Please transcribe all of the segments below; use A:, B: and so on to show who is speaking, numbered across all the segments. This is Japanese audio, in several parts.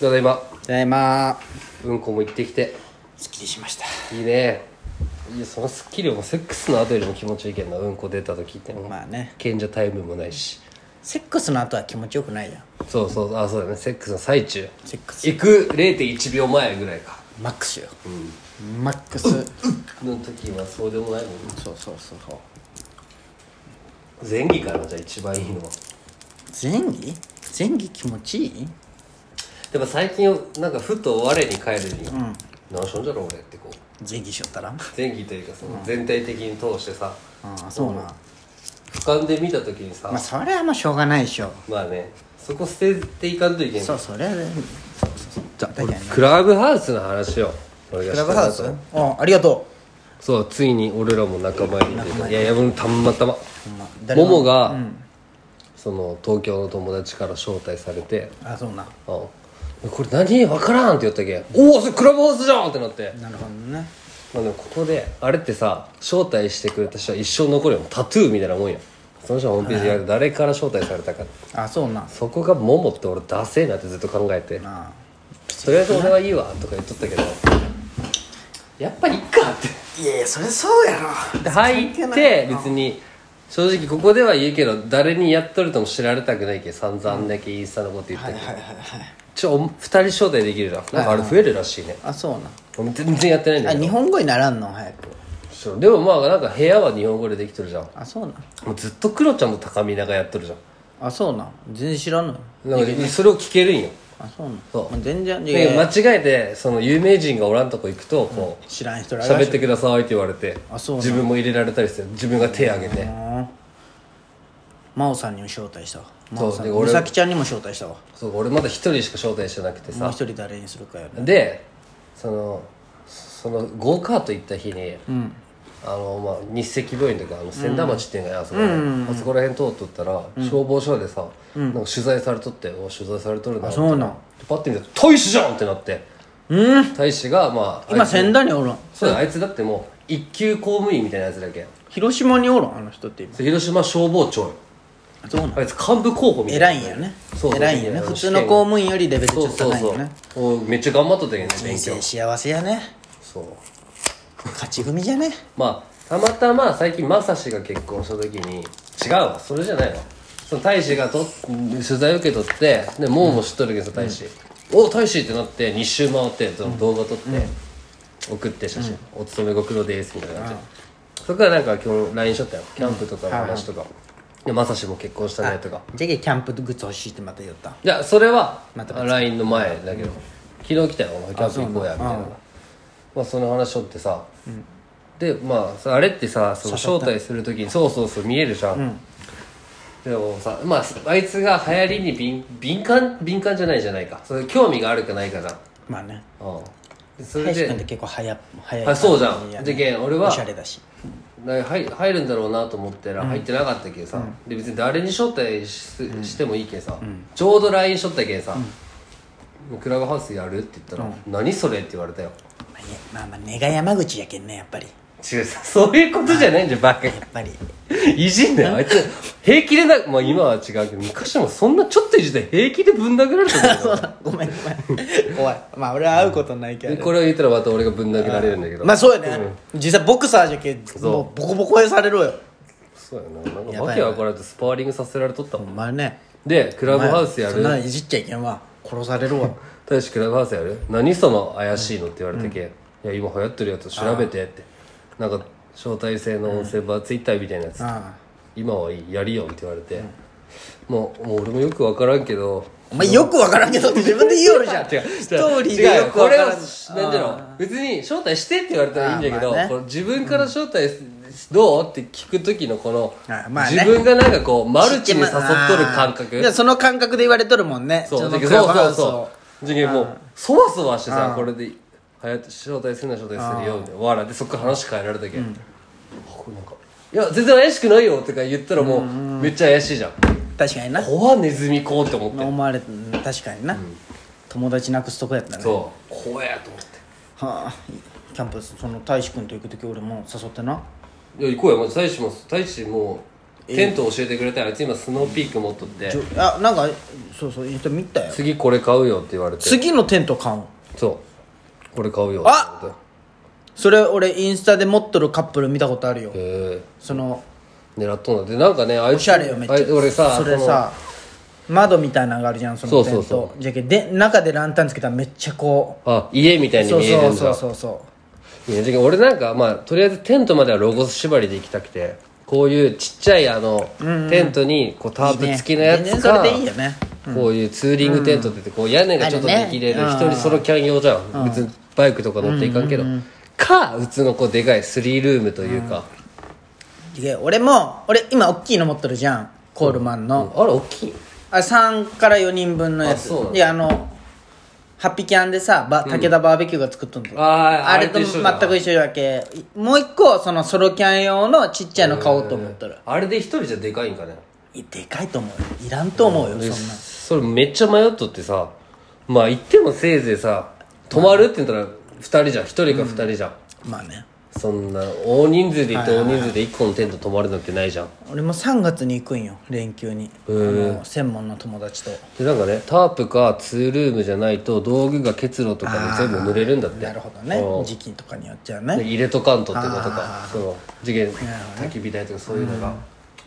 A: ただいま
B: ただいま
A: うんこも行ってきて
B: すっきりしました
A: いいねいやそのスッキリもセックスの後よりも気持ちいいけどなうんこ出た時って
B: まあね
A: 賢者タイムもないし
B: セックスの後は気持ちよくないじゃん
A: そうそうあそうだねセックスの最中
B: セックス
A: 行く0.1秒前ぐらいか
B: マックスよ、マックス
A: の時はそうでもないもんね
B: そうそうそうそう
A: 前儀かなじゃあ一番いいのは
B: 前儀前儀気持ちいい
A: でも最近なんかふと我に返るに、何しょんじゃろ俺ってこう
B: 前儀しよったら
A: 前儀というかその全体的に通してさ、
B: ああそうなま
A: 俯瞰で見た時にさ、
B: あそれはまあしょうがないでしょ
A: まあねそこ捨てていかんといけん
B: そうそれはねそうそうそう確かにね
A: クラブハウスの話をク
B: クラブハウスあありがと
A: そうついに俺らも仲間入りでいやいやもうたまたま
B: うほんま
A: も
B: 誰
A: も
B: も
A: が、その東京の友達から招待されて
B: あそうな
A: 「うんこれ何分からん」って言ったけん「おおそれクラブハウスじゃん!」ってなって
B: なるほどね
A: まあでもここであれってさ招待してくれた人は一生残るよタトゥーみたいなもんよその人のホームページで誰から招待されたか
B: あそうな
A: そこが「モモって俺ダセえなってずっと考えて
B: あ
A: 「とりあえず俺はいいわ」とか言っとったけどやっぱりいっかって
B: いやいやそれそうやろ
A: で入って別に正直ここでは言うけど誰にやっとるとも知られたくないけ散々あんだけインスタのこと言ったけど
B: はいはいはい
A: ちょ2人招待できるななんかあれ増えるらしいね
B: あそう
A: 俺全然やってないん
B: な
A: だ
B: あ
A: け
B: 日本語にならんの早く
A: どでもまあなんか部屋は日本語でできてるじゃん
B: あそうな
A: もうずっとクロちゃんと高見永やっとるじゃん
B: あそうなん全然知らんのよ
A: なんかそれを聞けるんよ
B: あそうなん
A: そう
B: まあ全然いやい
A: で
B: や
A: 間違えてその有名人がおらんとこ行くとこう
B: 知らん人らが
A: 喋ってくださいって言われて
B: あそうなの
A: 自分も入れられたりして自分が手挙げて
B: 真央さんにも招待したわ真
A: そう
B: 央さん
A: で俺
B: 美咲ちゃんにも招待したわ
A: そう俺まだ一人しか招待してなくて
B: もう
A: さ
B: 一人誰にするかよね
A: でそのそのゴーカート行った日に、あのまあ、日赤病院とかあの千田町っていうのがあそこら辺、あそこら辺通っとったら、消防署でさ、なんか取材されとってお取材されとるな
B: あそうなん
A: でパッて見たら「大使じゃん!」ってなって、大使がまああ
B: 今
A: いつ
B: 仙台におるん
A: そうだあいつだってもう一級公務員みたいなやつだけん
B: 広島におるんあの人って今
A: そう広島消防庁よ
B: そうなん
A: あいつ幹部候補みたいな
B: 偉いんやね
A: そうそう
B: 偉いんやね普通の公務員よりレベルち
A: そう
B: ょっ
A: そう
B: と高いん
A: そ
B: や
A: う
B: ね
A: おめっちゃ頑張っとったけんね勉
B: 人
A: 強
B: 生幸せやね
A: そう
B: 勝ち組じゃね
A: まあたまたま最近まさしが結婚した時に違うわそれじゃないわその大使がと取材受け取ってでもうも知っとるけどさ大使、お大使ってなって2周回ってその動画撮って、送って写真、お勤めご苦労ですみたいな感じ、そこからなんか今日 LINE しとったよキャンプとかの話とか、でまさしも結婚したねとか
B: じゃけキャンプグッズ欲しいってまた言った
A: いやそれは
B: また
A: LINE の前だけど、昨日来たよ「お前キャンプ行こうや」みたいなまあその話しとってさ、でまあさあれってさその招待する時にそうそうそう見えるじゃん、でもさまああいつが流行りに敏敏感敏感じゃないじゃないかそれ興味があるかないかじゃん
B: まあね
A: うんでそれ
B: 林君っ
A: で
B: て結構早い早い
A: あそうじゃん
B: いやね
A: じゃけん俺は
B: おしゃれだし
A: な入入るんだろうなと思ったら入ってなかったけどさ、で別に誰に招待し,、してもいいけんさ、ちょうど LINE しとったけんさ、クラブハウスやる?」って言ったら「何それ?」って言われたよ
B: まあねまあまあ根が山口やけんねやっぱり
A: 違うさそういうことじゃないんじゃんバ カ
B: やっぱり
A: いじんなよあいつ平気でなまあ今は違うけど昔もそんなちょっといじって平気でぶん殴られたんだよ
B: ごめんごめん 怖いまあ俺は会うことないけ
A: で
B: ど
A: これを言ったらまた俺がぶん殴られるんだけど
B: まあそうやね、実際ボクサーじゃけもうボコボコにされろよ
A: そうやななんか
B: やばいな
A: わけわからずスパーリングさせられとったも
B: お
A: ん
B: 前ね
A: でクラブハウスや
B: そん
A: る
B: なんいじっちゃいけんわ殺されるわ
A: 大使クラブハウスやる何その怪しいのって言われたけ、いや今流行ってるやつ調べてってなんか招待制の音声バーツイッターみたいなやつ、
B: ああ
A: 今はいいやりよって言われて、もうもう俺もよく分からんけど
B: お前よくわからんけどって自分で言いよるじゃん
A: 違う
B: ストーリーがよくわ
A: こ
B: か
A: れを
B: らん
A: 何だろう別に招待してって言われたらいいんだけど、
B: あーまあね
A: この自分から招待すどうって聞く時のこの、
B: あーまあね
A: 自分がなんかこうマルチに誘っとる感
B: ああ
A: 覚
B: いやその感覚で言われとるもんね
A: そう
B: の
A: そう
B: クラブ
A: そう
B: ハウスを
A: そう次元もうそわそわしてさこれではや招待するな招待するよみたいな笑ってそっから話変えられたけ、ん、あこれなんか「いや全然怪しくないよ」とか言ったらもうめっちゃ怪しいじゃん
B: 確かにな
A: 怖ネズミこうって思って
B: 思われてうん確かにな、友達なくすとこやったね
A: そう怖えと思って
B: はあキャンプその大志君と行く時俺も誘ってな
A: 「いや行こうよ最初も最初もうテント教えてくれたよあいつ今スノーピーク持っとって
B: ちょあなんかそうそう言って見たよ
A: 次これ買うよって言われて
B: 次のテント買うん
A: そうこれ買うよ
B: あ
A: って
B: それ俺インスタで持っとるカップル見たことあるよ
A: 言われてへ
B: その
A: え狙っとんだってなんかねあいつ
B: おしゃれよめっち
A: あ
B: ゃ
A: いつ俺さ
B: それさ窓みたいなのがあるじゃんその
A: そう
B: テン
A: そう
B: ト
A: そ
B: じゃけで中でランタンつけたらめっちゃこ
A: そのあ家みたいうに
B: そう
A: 見え
B: そ
A: る
B: うんそう
A: だ
B: そうそ
A: いやじゃあ俺なんかまあとりあえずテントまではロゴス縛りで行きたくてこういうちっちゃいあの、テントにこうタープ付きのや
B: いいね
A: つか
B: 全然それでいいよね
A: こういうツーリングテントって言ってこう屋根がちょっと
B: あるね
A: できれる
B: うん
A: 一人ソロキャン用じゃん別にバイクとか乗っていかんけどかうちのこうでかいスリールームというか
B: うで俺も俺今大きいの持っとるじゃんコールマンの、
A: あれ大きい
B: あ3から4人分のやつ
A: あそうなんだ
B: いやあのハッピーキャンでさば武田バーベキューが作っとんの、
A: あー
B: あれと
A: あれ
B: 全
A: と一緒だ
B: く一緒だけもう一個そのソロキャン用のちっちゃいの買おうと思っとる、
A: あれで一人じゃでかいんかね
B: いやでかいと思ういらんと思うよ、そんな
A: それめっちゃ迷っとってさまあ行ってもせいぜいさ泊まるって言ったら2人じゃん1人か2人じゃん
B: まあね
A: そんな大人数で行って大人数で1個のテント泊まるなんてないじゃん
B: 俺も3月に行くんよ連休にあの専門の友達と
A: でなんかねタープかツールームじゃないと道具が結露とかで全部濡れるんだって
B: なるほどね時期とかによっちゃね
A: 入れとかんとってことかその次元焚き火台とかそういうのが、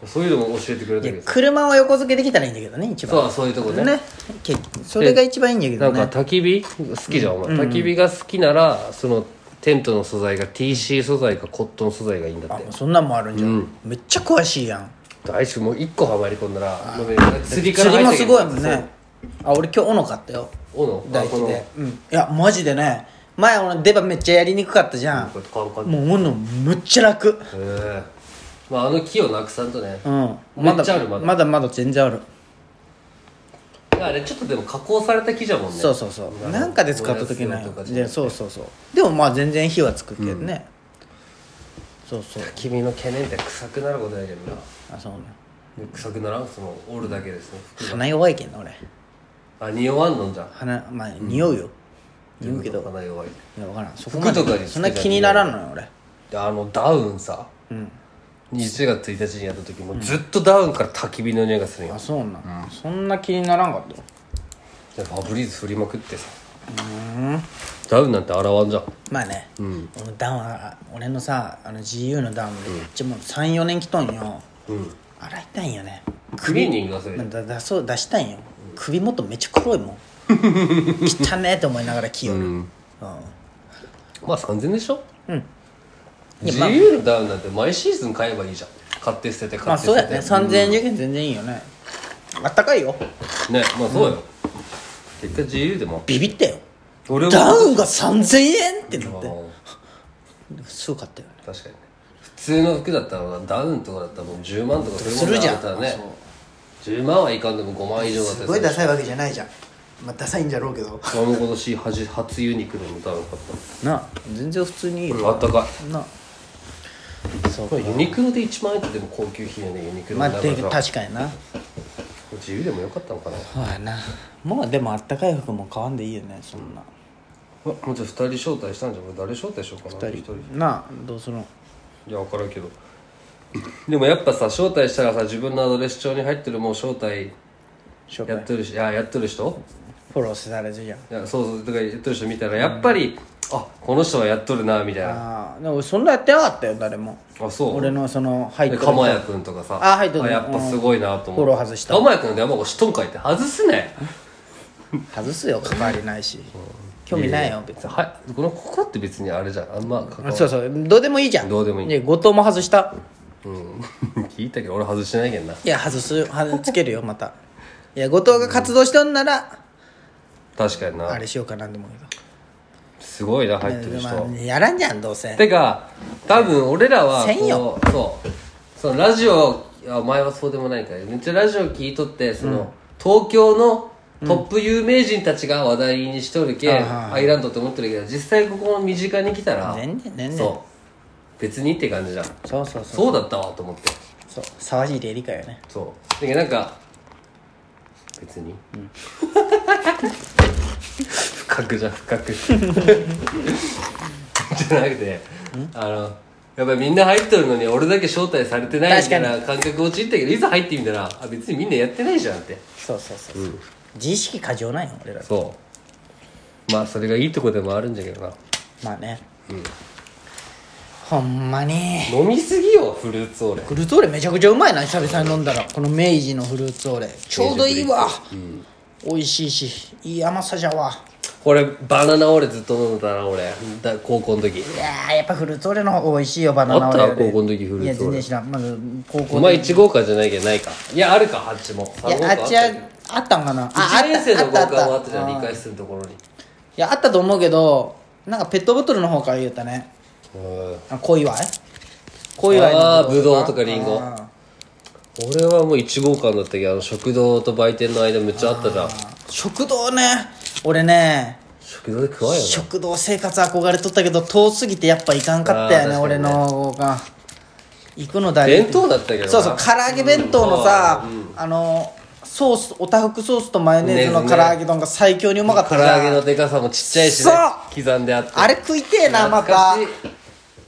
A: そういうのも教えてくれたけどさ
B: 車を横付けできたらいいんだけどね一番
A: そうそういうとこね
B: ねけそれが一番いいんだけ
A: な
B: ど
A: んか
B: ね
A: 焚き火好きじゃん、お前焚き火が好きならそのテントの素材が TC 素材かコットン素材がいいんだって
B: そんなんもあるんじゃん、めっちゃ詳しいやん
A: 大志もう1個はまり込んだらもうね釣りから
B: 釣
A: 入
B: り
A: っ
B: も
A: て
B: すごいもんねあ俺今日斧買ったよ
A: 斧あ
B: 大地
A: この
B: で、うん、いやマジでね前俺出刃めっちゃやりにくかったじゃん
A: こうやって買う感じ
B: もう斧むっちゃ楽
A: へえまああの木をなくさんとね、
B: うん
A: めっちゃあるまだ
B: まだまだ全然ある
A: あれちょっとでも加工された木じゃもんね
B: そうそうそうなんかで使った時な
A: 燃や
B: い
A: すとかじゃ
B: でそうそうそうでもまあ全然火はつくけどね、そうそう
A: 君の懸念って臭くなることやけどな
B: あそうね
A: で臭くならんその折るだけですね
B: 鼻弱いけんな俺
A: あ匂わんのんじゃん
B: 鼻まあ匂うよ、匂うけど
A: 鼻弱い
B: いや分からんそこまで
A: 服とかにつけたら
B: そんな気にならんのよ俺
A: であのダウンさ、20月1日にやった時もずっとダウンから焚き火の匂いがするんよ
B: あ、そうなん、そんな気にならんかった
A: でファブリーズ振りまくってさダウンなんて洗わんじゃん
B: まあね、俺のダウンは俺のさあの GU のダウンでめっちゃもう34年着とんよ、洗いたいんよね
A: クリーニングがする
B: まあだだそう出したいんよ首元めっちゃ黒 いもん汚ねえと思いながら着よる、うん
A: まあ3000でしょ
B: いやまあ
A: GU のダウンなんて毎シーズン買えばいいじゃん買って捨てて
B: ま
A: 買
B: あ
A: って捨
B: そう
A: て
B: や
A: て
B: ね3000円受験全然いいよね、あったかいよ
A: ねまあそうよ、結果 GU でも
B: ビビったよ
A: 俺も
B: ダウンが3000円ってなって
A: あ
B: すごかったよね
A: ー確かにね普通の服だったらダウンとかだったらもう10万とかそういうも
B: するじゃん
A: だったらね10万はいかんでも5万以上だったりする
B: サいわけじゃないじゃんまあダサいんじゃろうけど
A: 俺も今年初初ユニクロのダウン買っ
B: なあ全然普通にいい
A: た
B: よ
A: のあったか
B: なあそう
A: いユニクロで1万円ってでも高級品やねユニクロ
B: ま
A: の
B: あ
A: ダウ
B: で
A: ンさ
B: 確かにな
A: 自由でもよかったのかな
B: そうやなもうでもあったかい服も買わんでいいよねそんな
A: あもうじゃあ2人招待したんじゃん俺誰招待しようかな
B: 二人なあどうするの
A: いや分からんけどでもやっぱさ招待したらさ自分のアドレス帳に入ってるもう招待
B: 紹
A: や
B: 介
A: っとるしいややっとる人
B: フォローされるじゃん
A: いやそうそうとかやっとる人見たらやっぱり、あこの人はやっとるなみたいな
B: ああでも俺そんなやってなかったよ誰も
A: あそう
B: 俺のその入って
A: で
B: る
A: 鎌谷君とかさ
B: あはいどうぞ
A: やっぱすごいなと思って
B: フォロー外した
A: 鎌谷君の電話番号知っとんかいって外すね
B: 外すよ関わりないし興味ないよ別に
A: はいこのここって別にあれじゃんあんま関わ
B: そうそうどうでもいいじゃん
A: どうでもいい
B: や後藤も外した
A: うん 聞いたけど俺外してないけんない
B: や外す外つけるよまたいや後藤が活動しとんなら
A: 確かに
B: あ
A: な
B: れしようかなんでもいいけど
A: すごいな入ってる人、
B: まあやらんじゃんどうせ
A: てか多分俺らは
B: せん
A: こ
B: よ
A: うそうそのラジオいやお前はそうでもないからめっちゃラジオ聞いとってその、東京のトップ有名人たちが話題にしとるけ、
B: あーはい
A: アイランドって思ってるけど実際ここの身近に来たら
B: 全然全然
A: そう別にって感じじゃん
B: そうそうそう
A: そうだったわと思って
B: そう沢尻エリカよね
A: そうだけどなんか別に、 深くじゃん深くじゃなくてあのやっぱりみんな入っとるのに俺だけ招待されてないみた
B: 確か
A: い
B: に
A: な感覚落ちったけどいざ入ってみたらあ別にみんなやってないじゃんって
B: そうそうそうそう、自意識過剰ないよ俺ら
A: そうまあそれがいいとこでもあるんじゃけどな
B: まあね、ほんまに
A: 飲みすぎよフルーツオーレ
B: フルーツオーレめちゃくちゃうまいな久々に飲んだらこの明治のフルーツオーレちょうどいいわ、美味しいしいい甘さじゃわ
A: これバナナオーレずっと飲んだな俺だ高校の時
B: いやーやっぱフルーツオーレの方が美味しいよバナナオーレ
A: あ
B: よ
A: っ
B: り
A: た高校の時フルーツオーレ
B: いや全然知らんまず高
A: お
B: 校
A: 前1号館じゃないけどないかいやあるかあっちも
B: いやあっちはあったんかなあ
A: 1年生の
B: っ
A: 合
B: た
A: 館
B: あった
A: もあ
B: あ
A: っ
B: ったた
A: じゃん
B: あ
A: 理
B: ったい
A: 解するところに
B: やあったと思うけどなんかペットボトルの方から言うたねあ小祝小祝の
A: ああ
B: ブドウ
A: ブドウとかリンゴ
B: あ
A: 俺はもう1号館だったけどあの食堂と売店の間めっちゃあったじゃん
B: ー食堂ね俺ね
A: 食堂で食わんよ
B: 食堂生活憧れとったけど遠すぎてやっぱ行かんかったよね
A: あー確か
B: 俺
A: にね
B: のが行くの大
A: な
B: 事
A: 弁当だったけどな
B: そうそう唐揚げ弁当のさ、あのソースおたふくソースとマヨネーズの
A: ね
B: 唐揚げ丼が最強にうまかっ
A: 唐
B: たじゃん
A: 揚げのでかさもちっちゃいしね
B: そう
A: 刻んであって
B: あれ食いてえなま
A: 懐か
B: た
A: しい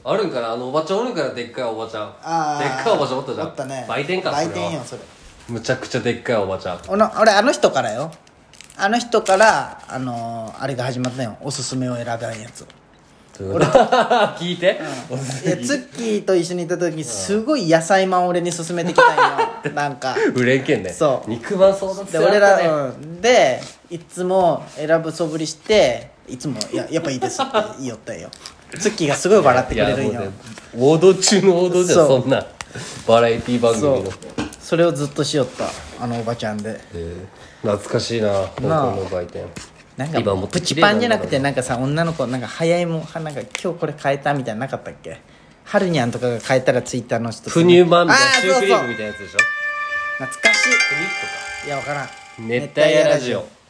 A: あるんかなあのおばちゃんおるんからでっかいおばちゃんでっ
B: あー
A: かいおばちゃんおったじゃん
B: おったね
A: 売店か
B: 売
A: それは
B: 店よそれ
A: むちゃくちゃでっかいおばちゃん
B: おの俺あの人からよあの人からあのーあれが始まったよおすすめを選べんやつ
A: 俺 聞いて、おすす
B: でツッキーと一緒にいた時すごい野菜まん俺に勧めてきた んよなんか
A: 売れんけんね
B: そう
A: 肉まんそうだった
B: で
A: よ
B: 俺
A: あったね
B: ら、うん、でいつも選ぶそぶりしていつも「いややっぱいいです」って言いよったんよツッキーがすごい笑って
A: い
B: くれ
A: やも
B: るん
A: うね
B: よ
A: 王道中の王道じゃん
B: そ
A: そうそんなバラエティ番組
B: そ
A: の
B: うそれをずっとしよったあのおばちゃんで
A: えー懐かしいな香港
B: なあ
A: の売店
B: なんか
A: 今もっと
B: プチパンじゃなくてなんかさ女の子なんか早いもんはなんか今日これ変えたみたいなのなかったっけはるにゃんとかが変えたらツイッターの人と
A: 不乳まんみたいなシュー
B: あー
A: クリー
B: そ
A: ム
B: うそう
A: みたいなやつでしょ
B: 懐かし
A: プニッとか
B: いいやわからん
A: 熱帯夜ラジオ